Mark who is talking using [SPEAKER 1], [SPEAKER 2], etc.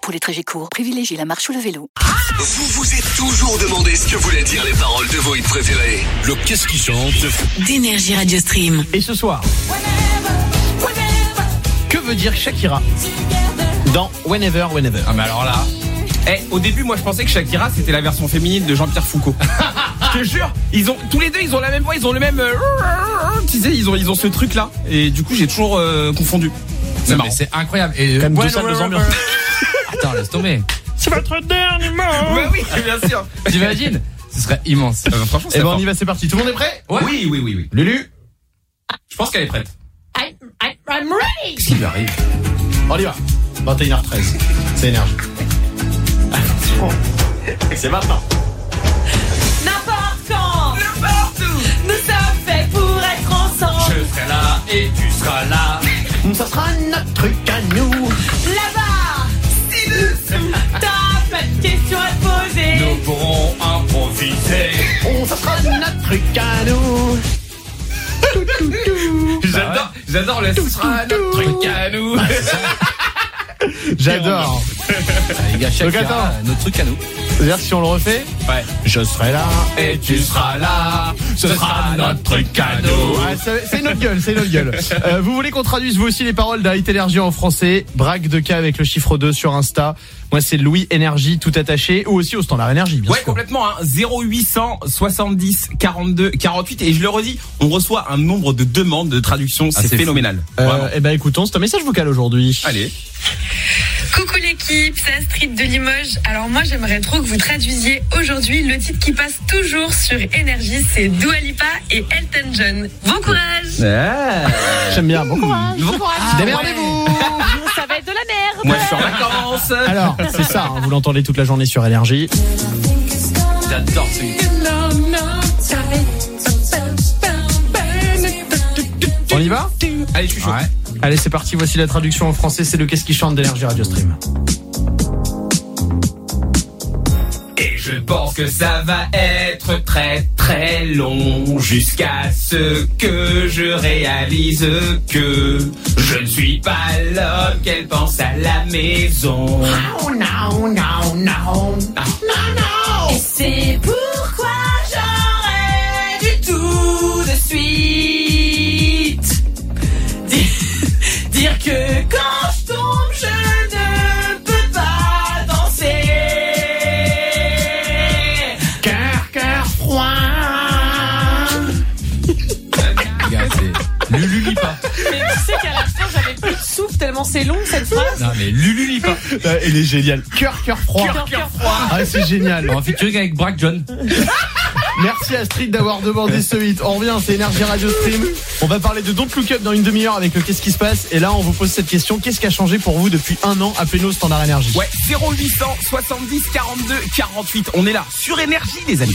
[SPEAKER 1] Pour les trajets courts, privilégiez la marche ou le vélo.
[SPEAKER 2] Vous vous êtes toujours demandé ce que voulaient dire les paroles de vos hits préférés. Le qu'est-ce qui chante
[SPEAKER 1] D'énergie Radio Stream.
[SPEAKER 3] Et ce soir, que veut dire Shakira dans Whenever, Whenever
[SPEAKER 4] Ah mais alors là. Eh, au début, moi je pensais que Shakira c'était la version féminine de Jean-Pierre Foucault. je te jure, ils ont tous les deux, ils ont la même voix, ils ont le même. euh, Tu sais, ils ont ils ont ce truc là. Et du coup, j'ai toujours euh, confondu. C'est
[SPEAKER 5] Non,
[SPEAKER 4] marrant.
[SPEAKER 5] mais c'est incroyable. Et
[SPEAKER 3] Comme
[SPEAKER 5] Ouais,
[SPEAKER 3] deux salles,
[SPEAKER 5] ouais,
[SPEAKER 3] deux
[SPEAKER 5] ouais,
[SPEAKER 3] ambiances.
[SPEAKER 5] ouais. Attends, laisse tomber.
[SPEAKER 4] Bah oui, bien sûr.
[SPEAKER 5] T'imagines Ce serait immense.
[SPEAKER 4] Euh, franchement,
[SPEAKER 5] Et
[SPEAKER 4] c'est
[SPEAKER 5] ben
[SPEAKER 4] fort.
[SPEAKER 5] on y va, c'est parti. Tout le monde est prêt Ouais.
[SPEAKER 4] Oui, oui, oui, oui.
[SPEAKER 5] Lulu,
[SPEAKER 4] Je pense qu'elle est prête.
[SPEAKER 5] qu'est-ce qui lui arrive On y va. 21h13. C'est énergie.
[SPEAKER 3] C'est maintenant.
[SPEAKER 6] N'importe quand, nous sommes faits pour être ensemble.
[SPEAKER 4] Je serai là et tu seras là.
[SPEAKER 3] Ça sera notre truc à nous.
[SPEAKER 6] Là-bas, c'est dessous. T'as pas de questions à te poser.
[SPEAKER 4] pourrons improviser.
[SPEAKER 3] On ça sera notre truc à nous.
[SPEAKER 4] J'adore, j'adore le ce sera notre truc à nous.
[SPEAKER 5] J'adore.
[SPEAKER 2] Les gars,
[SPEAKER 5] Donc, attends.
[SPEAKER 4] euh,
[SPEAKER 2] Shakira, notre truc à nous.
[SPEAKER 5] C'est-à-dire si on le refait,
[SPEAKER 4] Ouais.
[SPEAKER 5] je serai là.
[SPEAKER 4] Et tu seras là, ce sera notre truc à nous.
[SPEAKER 5] Ouais, c'est ah, c'est notre gueule, c'est notre gueule. Euh, vous voulez qu'on traduise vous aussi les paroles d'un Hit Energy en français Braque de K avec le chiffre 2 sur Insta. Moi, c'est Louis Énergie, tout attaché. Ou aussi au standard énergie, bien
[SPEAKER 4] Ouais,
[SPEAKER 5] sûr.
[SPEAKER 4] complètement. Hein. 0800 70 42 48. Et je le redis, on reçoit un nombre de demandes de traduction.
[SPEAKER 5] c'est
[SPEAKER 4] C'est
[SPEAKER 5] fou.
[SPEAKER 4] phénoménal. Vraiment.
[SPEAKER 5] Euh, eh ben, écoutons, c'est un message vocal aujourd'hui.
[SPEAKER 4] Allez.
[SPEAKER 7] Coucou l'équipe, c'est Astrid de Limoges. Alors moi j'aimerais trop que vous traduisiez aujourd'hui le titre qui passe toujours sur énergie, c'est Dua Lipa et Elton John. Bon courage
[SPEAKER 6] Ah,
[SPEAKER 5] J'aime bien. Bon courage. Démerdez-vous.
[SPEAKER 6] Ça va être de la merde.
[SPEAKER 4] Moi, je suis en vacances.
[SPEAKER 5] Alors, c'est ça, hein, vous l'entendez toute la journée sur énergie.
[SPEAKER 4] J'adore ce
[SPEAKER 5] On y va
[SPEAKER 4] Allez, je suis chaud.
[SPEAKER 5] Allez, c'est parti, voici la traduction en français, c'est le Qu'est-ce qui chante d'énergie Radio Stream.
[SPEAKER 4] Et je pense que ça va être très très long jusqu'à ce que je réalise que je ne suis pas l'homme qu'elle pense à la maison. Ah.
[SPEAKER 3] Oh non, non, non.
[SPEAKER 6] C'est pourquoi j'aurais du tout de suite. Dire, dire que quand je tombe, je ne peux pas danser.
[SPEAKER 3] Cœur, cœur froid.
[SPEAKER 5] Les gars, Ah, c'est Lulu Lipa.
[SPEAKER 6] Mais tu sais qu'à la fin, j'avais plus de souffle tellement c'est long cette phrase.
[SPEAKER 5] Non, mais Lulu Lipa. Il est génial. Cœur, cœur froid.
[SPEAKER 6] Cœur froid.
[SPEAKER 5] Ah, c'est génial.
[SPEAKER 2] En featuring avec Brack John.
[SPEAKER 5] Merci Astrid d'avoir demandé ce hit. On revient, c'est Énergie Radio Stream. On va parler de Don't Look Up dans une demi-heure avec le Qu'est-ce qui se passe. Et là, on vous pose cette question. Qu'est-ce qui a changé pour vous depuis un an Appelez-nous au Standard Énergie.
[SPEAKER 4] Ouais, 0800 70 42 48. On est là sur énergie les amis.